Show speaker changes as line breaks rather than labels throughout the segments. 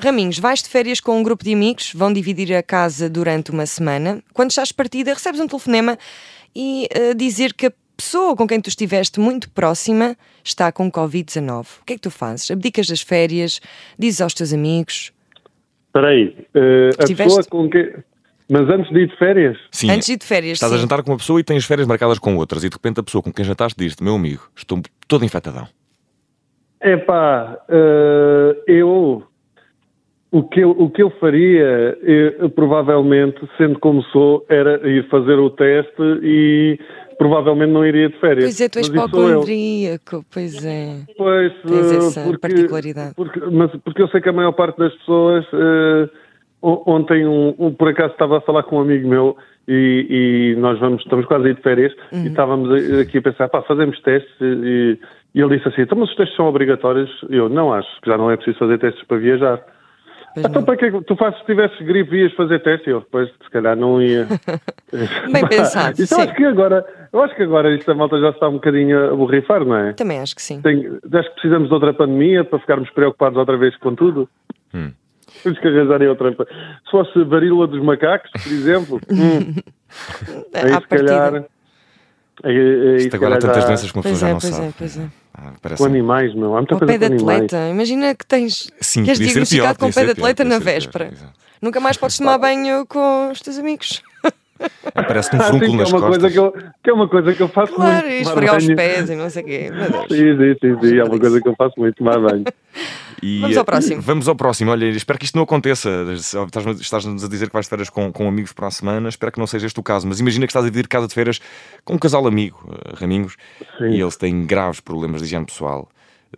caminhos. Vais de férias com um grupo de amigos, vão dividir a casa durante uma semana. Quando estás partida, recebes um telefonema e eh, dizer que a pessoa com quem tu estiveste muito próxima está com Covid-19. O que é que tu fazes? Abdicas das férias? Dizes aos teus amigos?
Espera aí, eh, a
Estiveste?
pessoa com quem... Mas antes de ir de férias,
Sim.
Antes de ir de férias,
Estás a
sim.
jantar com uma pessoa e tens férias marcadas com outras, e de repente a pessoa com quem jantaste diz-te, meu amigo, estou todo infectadão.
Epá, eh, eu o que eu, o que eu faria, eu, provavelmente, sendo como sou, era ir fazer o teste e provavelmente não iria de férias.
Pois é, tu és
Mas isso sou eu.
hipocondríaco, pois é.
Pois,
Tens
eh,
essa particularidade.
Porque, mas porque eu sei que a maior parte das pessoas. eh, on- ontem, um, um- por acaso, estava a falar com um amigo meu e, e nós vamos, estamos quase aí de férias
Uhum.
e estávamos a- aqui a pensar, pá, fazemos testes e, e ele disse assim: então, mas os testes são obrigatórios? Eu não acho, que já não é preciso fazer testes para viajar.
Pois
então,
não.
para que é que tu fazes se tivesses gripe ias fazer teste? Eu, pois, se calhar não ia.
Bem pensado,
Então,
sim.
acho que agora, eu acho que agora isto a malta já se está um bocadinho a borrifar, não é?
Também acho que sim.
Tenho, acho que precisamos de outra pandemia para ficarmos preocupados outra vez com tudo.
Hum.
Temos que arranjarem outra. pa- Se fosse varíola dos macacos, por exemplo, hum, aí
À
se calhar.
partida.
Aí, aí, se
Isto agora há
calhar
tantas
já-
doenças que uma pessoa
Pois
já
é,
não
pois
sabe.
é, pois é.
Ah, parece
Com animais, meu. Há muita
Ou pé
coisa
de
com animais.
atleta. Imagina que tens.
Sim,
que és
podia ser pior,
diagnosticado com
podia
pé
ser
de
pior,
atleta
podia
na
ser pior,
véspera.
exato.
Nunca mais podes tomar banho com os teus amigos.
Parece-te um
Ah, sim,
frúnculo
que, é
nas
uma coisa
costas.
que, eu, que é uma coisa que eu faço
Claro, e
muito.
esfregar os
banho.
pés e não sei o quê. Meu Deus.
Sim, sim, sim, sim, É uma coisa que eu faço muito. Tomar banho.
E,
Vamos ao
eh,
próximo.
Vamos ao próximo. Olha, espero que isto não aconteça. Estás- Estás-nos a dizer que vais de férias com, com amigos para a semana. Espero que não seja este o caso. Mas imagina que estás a dividir casa de férias com um casal amigo, eh, Raminhos,
Sim.
e eles têm graves problemas de higiene pessoal.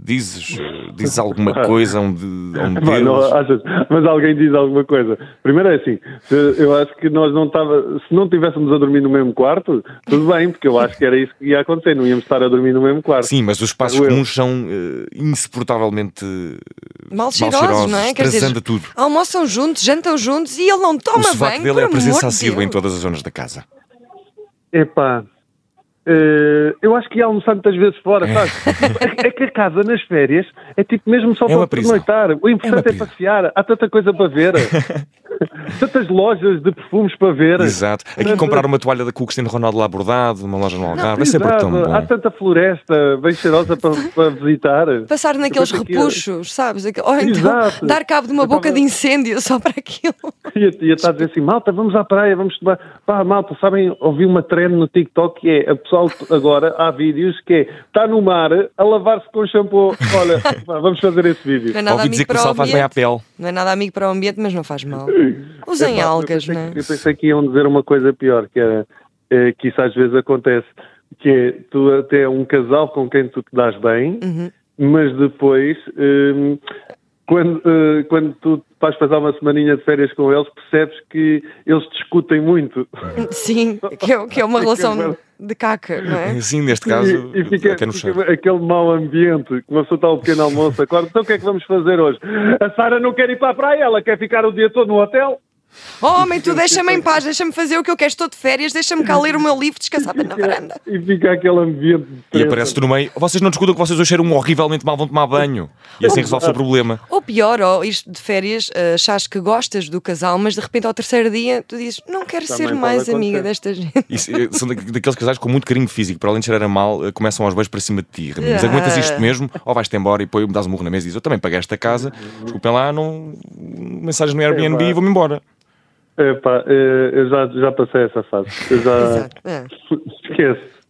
Dizes, eh, dizes alguma coisa a um, de, a um
Pá, não
deles?
achas? mas alguém diz alguma coisa. Primeiro é assim, se- eu acho que nós não estava, se não tivéssemos a dormir no mesmo quarto, tudo bem, porque eu acho que era isso que ia acontecer, não íamos estar a dormir no mesmo quarto.
Sim, mas os espaços
Eu.
comuns são eh, insuportavelmente eh,
Mal cheirosos, não é? Quer dizer,
trazendo a tudo.
almoçam juntos, jantam juntos e ele não
O
toma
sovaco
banho.
dele é a
por amor de
presença assídua em
Deus.
todas as zonas da casa.
Epá. eh, eu acho que ia almoçar muitas vezes fora, sabe? É, é que a casa nas férias é tipo mesmo só
É uma
para
prisão.
pernoitar. O importante é,
prisão.
passear. Há tanta coisa para ver. Tantas lojas de perfumes para ver.
Exato. Aqui
Mas- eh,
comprar uma toalha da Cuxtino Ronaldo lá bordado, uma loja no Algarve, vai ser
Exato.
é tão bom.
Há tanta floresta bem cheirosa para, para visitar.
Passar naqueles
Depois aqui-
repuxos, sabes? Aqu- Ou então
Exato.
dar cabo de uma
Eu
boca
tava-
de incêndio só para aquilo.
Ia, ia estar a dizer assim, malta, vamos à praia, vamos tomar. Pá, malta, sabem, ouvi uma trend no TikTok que é, a pessoal t- agora há vídeos que é, está no mar a lavar-se com shampoo. Olha, pá, vamos fazer esse vídeo.
Não é nada
Ouvi
amigo
dizer que o
para o
sal faz bem à
ambiente.
pele.
Não é nada amigo para o ambiente, mas não faz mal.
Epá,
Usem
eu
algas,
pensei
não é?
que- Eu pensei que iam dizer uma coisa pior, que era eh, que isso às vezes acontece, que é tu até um casal com quem tu te dás bem,
Uhum.
mas depois hum, quando, eh, quando tu vais passar uma semaninha de férias com eles, percebes que eles discutem muito.
Sim, que é, que é uma relação
merda.
de caca, não é?
Sim, neste caso,
e, e fica,
até no chão.
fica aquele mau ambiente que uma pessoa está ao pequeno almoço, acorda, então o que é que vamos fazer hoje? A Sara não quer ir para a praia, ela quer ficar o dia todo no hotel.
Oh, homem, tu deixa-me em paz, deixa-me fazer o que eu quero, estou de férias, deixa-me cá ler o meu livro descansada na varanda.
E fica aquele ambiente de
E
pressa.
aparece-te no meio. Vocês não discutam que vocês hoje cheiram horrivelmente mal, vão tomar banho. E assim resolve-se o problema.
Ou pior, ou isto de férias, ah, achas que gostas do casal, mas de repente ao terceiro dia tu dizes, não quero
Também
ser
pode
mais amiga
acontecer.
desta gente.
E se- eh, são da- daqueles casais com muito carinho físico, para além de cheirar a mal, eh, começam aos beijos para cima de ti. Raminhos.
Ah.
Aguentas isto mesmo, ou vais-te embora e põe, me dás um murro na mesa e dizes: Eu também paguei esta casa, desculpem lá, não... mensagens no Airbnb
pá.
e vou-me embora.
Epá, eh, eu já, já passei essa fase. Eu já...
Exato. Ah.
Esquece.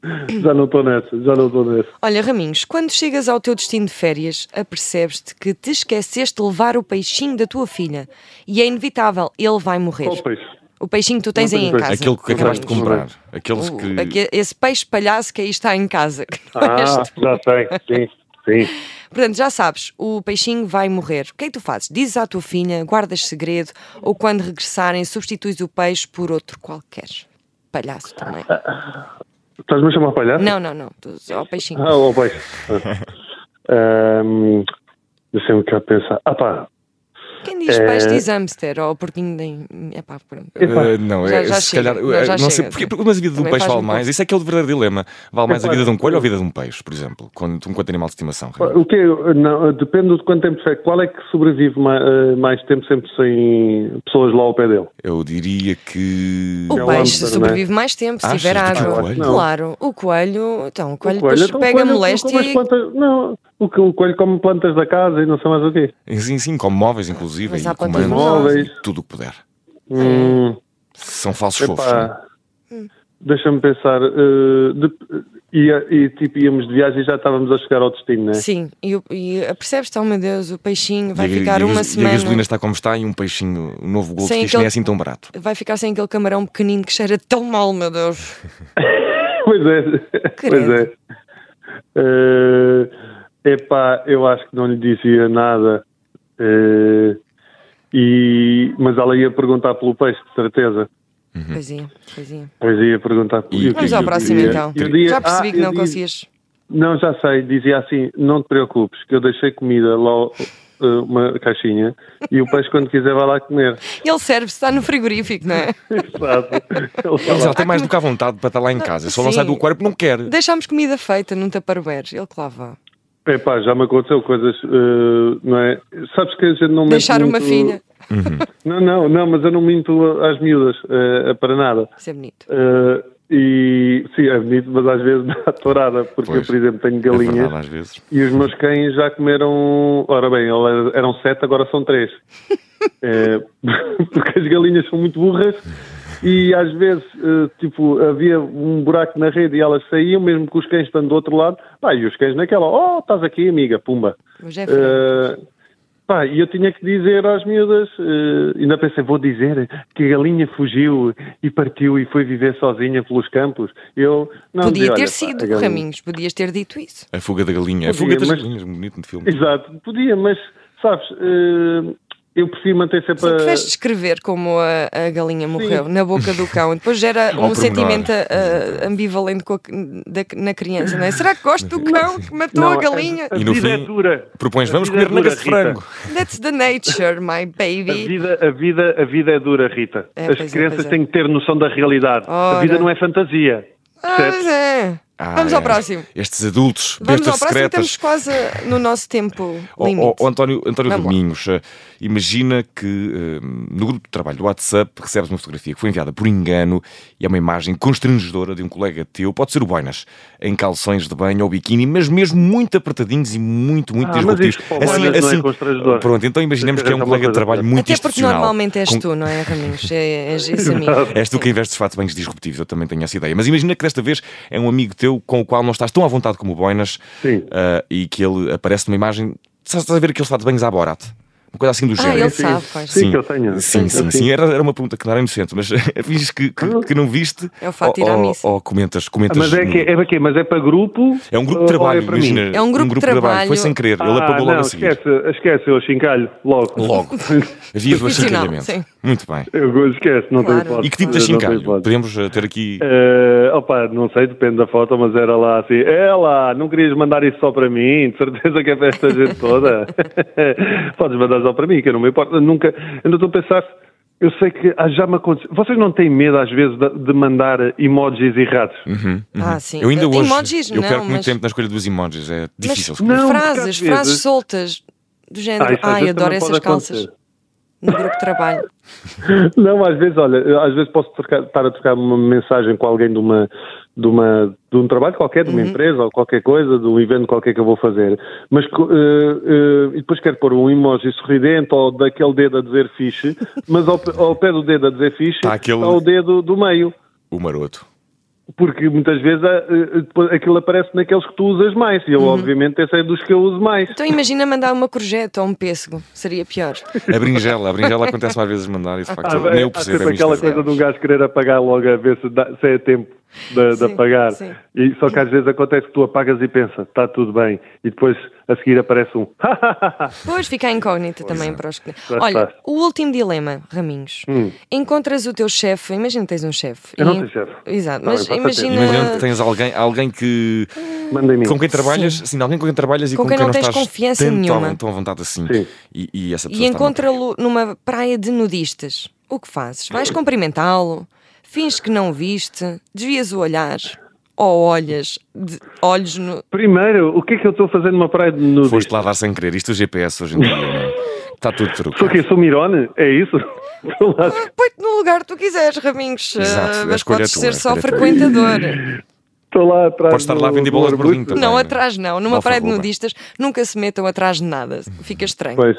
Já não estou nessa, já não estou nessa.
Olha, Raminhos, quando chegas ao teu destino de férias, apercebes-te que te esqueceste de levar o peixinho da tua filha. E é inevitável, ele vai morrer.
Qual peixe?
O peixinho que tu tens
Não
aí
tenho
em
peixe.
casa.
Aquele que acabaste de
Sim.
comprar, aqueles
O-
que.
aque- Esse peixe palhaço que aí está em casa. que não é
Ah,
és tu.
já sei, sim, sim.
Portanto, já sabes, o peixinho vai morrer. O que é que tu fazes? Dizes à tua filha, guardas segredo, ou quando regressarem, substituis o peixe por outro qualquer. Palhaço também.
Estás-me a chamar palhaço?
Não, não, não. Tu, ó, peixinho.
Ah, o peixe. Ah. Ahm, Deixa-me cá pensar. Ah pá,
Quem diz
É.
pastéis hamster ou porquinho de. Epá, pronto.
Epá,
Eh, não,
Já-
é,
já
se
chega.
calhar.
Não,
eh,
já
não sei,
chega.
porque, porque- mas a vida do
Também
peixe
faz
vale
um
mais. Isso é que é o verdadeiro dilema. Vale mais a
Epá,
vida de um coelho ou a vida de um peixe, por exemplo? Quando, enquanto animal de estimação. realmente.
O que é, não, depende de quanto tempo é. Qual é que sobrevive ma- eh, mais, tempo sempre sem pessoas lá ao pé dele?
Eu diria que.
O
É um
peixe
hamster,
sobrevive mais tempo se
Achas
tiver
do que é o
água.
coelho?
Não.
Claro, o coelho. Então, o coelho,
O coelho,
depois
então, o
pega
coelho
moléstia
come as
e.
plantas- não, o, que- o coelho come plantas da casa e não sei mais o quê.
Sim, sim, como móveis, inclusive,
Mas há
e
quantos
comandos,
móveis?
e tudo o que puder.
Hum,
São falsos fofos. não é?
epá,
Hum.
deixa-me pensar. eh, de- ia- e tipo, íamos de viagem e já estávamos a chegar ao destino, né?
Sim, e, o- e percebes-te, oh meu Deus, o peixinho vai
E a-
ficar
e a-
uma
E a
semana.
gasolina está como está e um peixinho, um novo Gold
Sem
Fish
aquele-
nem é assim tão barato.
Vai ficar sem aquele camarão pequenino que cheira tão mal, meu Deus.
Pois é. Pois
Credo.
é. Eh, epá, eu acho que não lhe dizia nada. Eh, e, mas ela ia perguntar pelo peixe, de certeza.
Uhum.
Coisinha, coisinha.
Pois ia perguntar
E- é
pelo
Vamos
Eu
ao
diria-
próximo então.
eu diria-
Já percebi
ah,
que
eu
não
diria-
conseguias.
Não, já sei. Dizia assim: não te preocupes, que eu deixei comida lá, eh, uma caixinha, e o peixe, quando quiser, vai lá comer.
Ele serve-se, está no frigorífico, não é?
Exato. Ele vai
Ele já
lá.
tem mais do que à vontade para estar lá em casa. Só não
sim.
sai do aquário porque não quer.
Deixámos comida feita num taparware, ele que lá vá.
Epá, já me aconteceu coisas, eh, não é? Sabes que a gente não mete
Deixar uma
muito-
filha,
Não, não, não, mas eu não minto às miúdas, eh, para nada.
isso é bonito.
Eh, e sim, é bonito, mas às vezes dá tourada, porque
Pois.
eu, por exemplo, tenho
É
galinhas
verdade, às vezes.
e os meus cães já comeram. Ora bem, elas eram sete, agora são três. Eh, porque as galinhas são muito burras e às vezes, eh, tipo, havia um buraco na rede e elas saíam, mesmo que os cães estando do outro lado. Pá, e os cães naquela, oh, estás aqui, amiga, pumba.
Mas é
Eh, pá, e eu tinha que dizer às miúdas, eh, ainda pensei, vou dizer que a galinha fugiu e partiu e foi viver sozinha pelos campos. Eu não
Podia
dizia,
ter
"Olha, pá,
sido,
a galinha-"
Raminhos, podias ter dito isso.
A fuga da galinha. A
Podia,
fuga das
mas-
galinhas, um bonito de filme.
Exato, podia, mas sabes, eh, eu prefiro manter sempre
Sim,
a.
preferes descrever como a, a galinha morreu na boca do cão e depois gera
Ao
um
pormenor.
sentimento ah, ambivalente com a- da- na criança, não é? Será que gosto do cão que matou a
Não,
galinha?
A, a
E no
vida é
fim,
dura.
Propões,
A
vamos
vida é
comer nuggets de
dura, Rita.
frango.
That's the nature, my
A
baby.
vida, a, vida, a vida é dura, Rita.
É,
As
pois é,
crianças
pois é.
têm que ter noção da realidade.
Ora.
A vida não é fantasia.
Ah, mas é.
Ah,
Vamos ao
é.
próximo.
Estes adultos,
Vamos ao
bestas
próximo,
secretas.
estamos quase no nosso tempo
Ó,
limite.
ó, ó, António, António
Vamos lá.
Domingos, eh, imagina que eh, no grupo de trabalho do WhatsApp recebes uma fotografia que foi enviada por engano e é uma imagem constrangedora de um colega teu, pode ser o Boinas, em calções de banho ou biquíni, mas mesmo muito apertadinhos e muito, muito
Ah, mas
disruptivos.
isso para o
Assim,
Boinas não é constrangedor.
Pronto, então imaginemos
Isso
que é
é
um
uma
colega de
coisa
trabalho
pior.
muito
Até porque
institucional,
normalmente és
com-
tu, não é, Raminhos? É, és esse amigo.
És tu quem vestes fatos banhos disruptivos, eu também tenho essa ideia. Mas imagina que desta vez é um amigo teu com o qual não estás tão à vontade como o Boinas
Sim.
ah, e que ele aparece numa imagem. Estás estás a ver aqueles fatos banhos à Borat? Uma coisa assim do
Ah,
género.
ele sabe quais
Sim,
são.
É que eu tenho.
Sim,
Sim,
sim,
sim.
sim. Era, era uma pergunta que não era inocente, mas finges que, que, que não viste.
É o fato de ir à
ou-
missa.
Ou, ou comentas, comentas.
Mas é, que, é para quê? Mas é para grupo?
É um grupo
ou
de trabalho,
é para mim?
imagina. é
É um grupo de trabalho.
Foi sem querer. Ele
Ah,
apagou logo
não,
a seguir.
Esquece, esquece, eu chincalho logo.
Logo. Havia do
Profissional,
achincalhamento.
sim.
Muito bem.
Eu esquece, não
Claro.
tem hipótese.
E que tipo de
Não tem
achincalho?
hipótese.
Podemos eh, ter aqui.
Eh, opa, não sei, depende da foto, mas era lá assim, é lá, não querias mandar isso só para mim, de certeza que é para esta gente toda. Podes mandar só para mim, que eu não me importo. Eu Nunca, eu não estou a pensar, eu sei que ah, já me aconteceu. Vocês não têm medo às vezes de, de mandar emojis errados?
Uhum.
Ah, sim.
Eu ainda hoje.
Emojis,
eu
não,
perco muito
mas-
tempo na escolha dos emojis. É difícil.
Mas
escolher.
Não, porque
frases,
às
frases
vezes-
soltas do género.
Ah, isso às
Ai,
vezes
adoro
também
essas
pode
calças
acontecer.
no grupo de trabalho.
Não, às vezes, olha, eu às vezes posso trocar- estar a trocar uma mensagem com alguém de uma de uma de um trabalho qualquer, de uma empresa ou qualquer coisa, de um evento qualquer que eu vou fazer, mas co- eh, eh, e depois quero pôr um emoji sorridente ou daquele dedo a dizer fixe, mas ao, pe- ao pé do dedo a dizer fixe
Tá aquele-
está o dedo do meio,
O maroto.
porque muitas vezes ah, eh, depois aquilo aparece naqueles que tu usas mais, e eu obviamente esse é dos que eu uso mais.
Então imagina mandar uma corjeta ou um pêssego. Seria pior.
A berinjela. A berinjela acontece mais vezes mandar. Isso, de facto,
Ah,
nem eu
há
percebo.
sempre
é
aquela
mistério.
coisa de um gajo querer apagar logo a ver se, dá- se é tempo. de, de
Sim,
apagar.
sim.
E só que às vezes acontece que tu apagas e pensa, está tudo bem, e depois a seguir aparece um.
Pois fica a incógnita também para os que.
Lá
Olha,
está.
o último dilema, Raminhos. Encontras o teu chefe, imagina que tens um chefe.
Eu não
E-
tenho chefe.
Exato,
Tá
mas
bem, passa a ter.
imagina.
Imagina que tens alguém, alguém que
Manda em mim.
com quem trabalhas, sim. alguém com quem trabalhas e
Com
com,
quem não tens
estás
confiança
tanto à
nenhuma.
von- tão à vontade assim.
Sim.
E, e essa pessoa
E
está numa-
encontra-lo numa praia de nudistas. O que fazes? Vais cumprimentá-lo? Finges que não o viste? Desvias o olhar? Ou olhas? De, olhos no.
Primeiro, o que é que eu estou a fazer numa praia de nudes?
Foste lá dar sem querer. Isto é o GPS hoje em dia. não é? Está tudo
Sou o
truque.
quê? Sou Mirone? É isso? Estou lá.
Ah, Põe-te no lugar que tu quiseres, Raminhos.
Exato,
Ah,
a
mas
escolha
podes
é tua,
ser
a
só
escolha é tua.
frequentador.
Estou lá atrás.
Podes estar lá a
do-
vender
do
bolas de
arbusto.
Berlim também.
Não,
não é?
atrás não. Numa
Alfa
praia de
Ruba.
nudistas nunca se metam atrás de nada. Fica estranho.
Pois.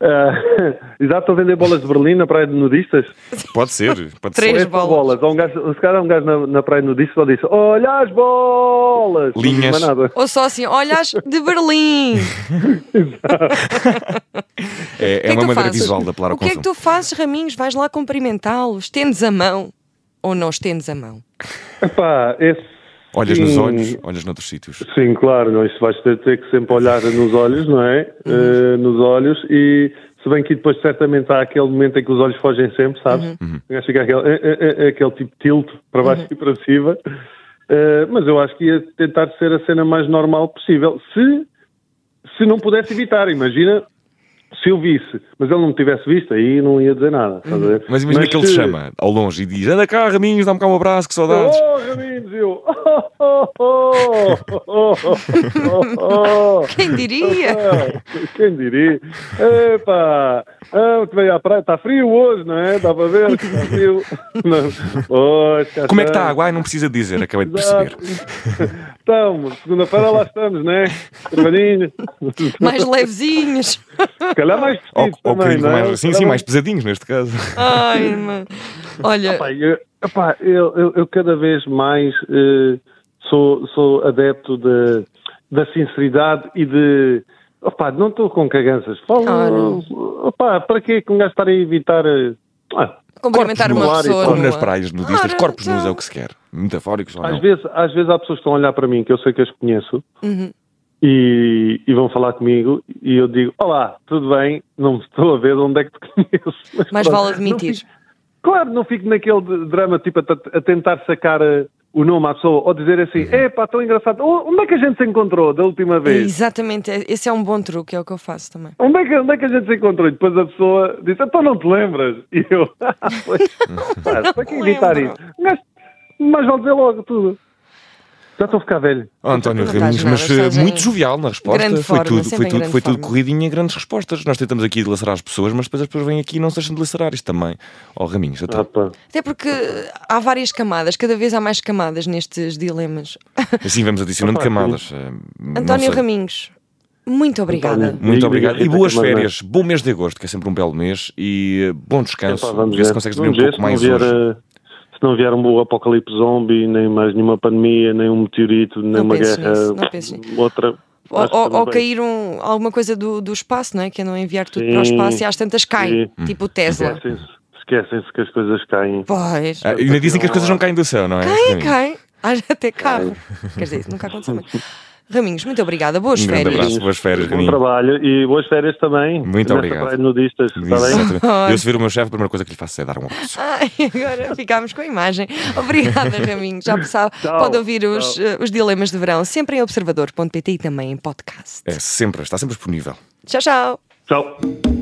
Ah, exato, estou a vender bolas de Berlim na praia de nudistas.
Pode ser. Pode
Três.
É
ser.
só
bolas.
bolas. Há Um gajo, se calhar há um gajo na, na praia de nudistas só disse: Olha as bolas! Não diz
Linhas.
mais nada.
Ou só assim, olhas de Berlim.
É
O que
É, é
que
uma
tu
maneira
fazes?
visual de apelar ao
O que é que
consumo.
tu fazes, Raminhos? Vais lá cumprimentá-lo? Estendes a mão ou não estendes a mão?
Epá, esse.
Olhas nos
Sim,
olhos, olhas noutros sítios.
Sim, claro, não, isto vais ter, ter que sempre olhar nos olhos, não é?
Uhum.
Eh, nos olhos, e se bem que depois certamente há aquele momento em que os olhos fogem sempre,
Uhum.
sabes? O gajo Fica aquele, eh, eh, eh, aquele tipo de tilt para baixo e para cima. Eh, mas eu acho que ia tentar ser a cena mais normal possível, se, se não pudesse evitar, imagina. Se eu visse, mas ele não me tivesse visto, aí não ia dizer nada. estás a ver?
Uhum. Mas imagina que ele te
se-
chama ao longe e diz: Anda cá, Raminhos, dá-me cá um abraço, que saudades.
Oh, Raminhos, eu. Oh, oh, oh, oh, oh, oh.
Quem diria?
Ah, Quem diria? Epá! Ah, que veio à praia, está frio hoje, não é? Dá para ver que está frio. Não. Hoje, cá
Como é que está a
estamos.
água? Ai, não precisa dizer, acabei de perceber.
Exato. Então, segunda-feira lá estamos, não é? Trabalhinho.
Mais levezinhos.
Se calhar mais
Ou,
vestido
ou
também,
querido,
não é?
mais, assim, sim,
Se
sim,
calhar
mais pesadinhos neste caso.
Ai, mano. Olha,
Epá, eu, epá, eu- eu- eu cada vez mais eh, sou, sou adepto de- da sinceridade e de. Opá, não estou com caganças.
Ah,
Falo,
não.
opá, para que é que um gajo estar a evitar. eh, ah,
cumprimentar
Corpos
uma
nus,
pessoa.
claro,
Como
nua.
nas praias nudistas,
Ora,
corpos nus
então.
é o que se quer. Metafóricos ou
às,
não?
vezes, às vezes há pessoas que estão a olhar para mim, que eu sei que as conheço,
Uhum.
e, e vão falar comigo, e eu digo: Olá, tudo bem? Não me estou a ver de onde é que te conheço. Mas
Mais
pronto,
vale
não
admitir.
fico- Claro, não fico naquele de- drama tipo a, t- a tentar sacar eh, o nome à pessoa ou dizer assim: epá, tão engraçado, O- onde é que a gente se encontrou da última vez?
Exatamente, é- esse é um bom truque, é o que eu faço também.
Onde é, que, onde é que a gente se encontrou? E depois a pessoa diz: então não te lembras? E eu: "Ah, pois, pá, para que evitar
lembro.
isso? Um Mas, mas vão dizer logo tudo. Já estou a ficar velho.
Oh,
Não
António
estás
Raminhos,
nada,
mas eh,
estás em
muito jovial na resposta.
grande
Foi
forma,
tudo,
sempre
foi
em
tudo,
grande
foi tudo
forma.
corridinho em grandes respostas. Nós tentamos aqui dilacerar as pessoas, mas depois as pessoas vêm aqui e não se deixam de lacerar isto também. Oh, Raminhos, até.
Ah, pá.
Até porque há várias camadas, cada vez há mais camadas nestes dilemas.
Assim vamos adicionando
Opa, Ah, sim.
camadas. eh, não
António
sei.
Raminhos, muito obrigada.
António.
Muito
Diga,
obrigado.
diga,
E boas
diga, manda.
férias, bom mês de agosto, que é sempre um belo mês, e eh, bom descanso.
Epá, vamos
Vê se
ver.
consegues dormir um
Vamos ver
pouco mais
se não vier,
hoje.
eh, Se não vier um bom apocalipse zombie, nem mais nenhuma pandemia, nem um meteorito, nem
Não
uma
penses
guerra,
nisso, não penses nisso.
outra.
Ou,
Acho que
ou-
estamos
ou
bem.
cair um- alguma coisa do, do espaço, não é? Que é não enviar tudo para o
Sim,
espaço e às tantas cai,
sim.
tipo o Tesla.
Esquecem-se esquecem-se que as coisas caem.
Pois.
Ah, ainda dizem que as coisas não caem do céu, não é?
Cai,
Raminhos?
cai. Há até carro. Quer dizer, isso nunca aconteceu muito. Raminhos, muito obrigada. Boas
Um grande
férias.
abraço, boas férias,
Bom
Raminho.
trabalho e boas férias também.
Muito
Nesta
obrigado.
praia de nudistas, está bem?
Exatamente. Eu se vir o meu chefe, a primeira coisa que lhe faço é dar um abraço.
Ai, agora ficámos com a imagem. Obrigada, Raminhos. Já pessoal,
Tchau,
pode ouvir os,
tchau.
eh, os dilemas de verão sempre em observador.pt e também em podcast.
É sempre, está sempre disponível.
Tchau, tchau.
Tchau.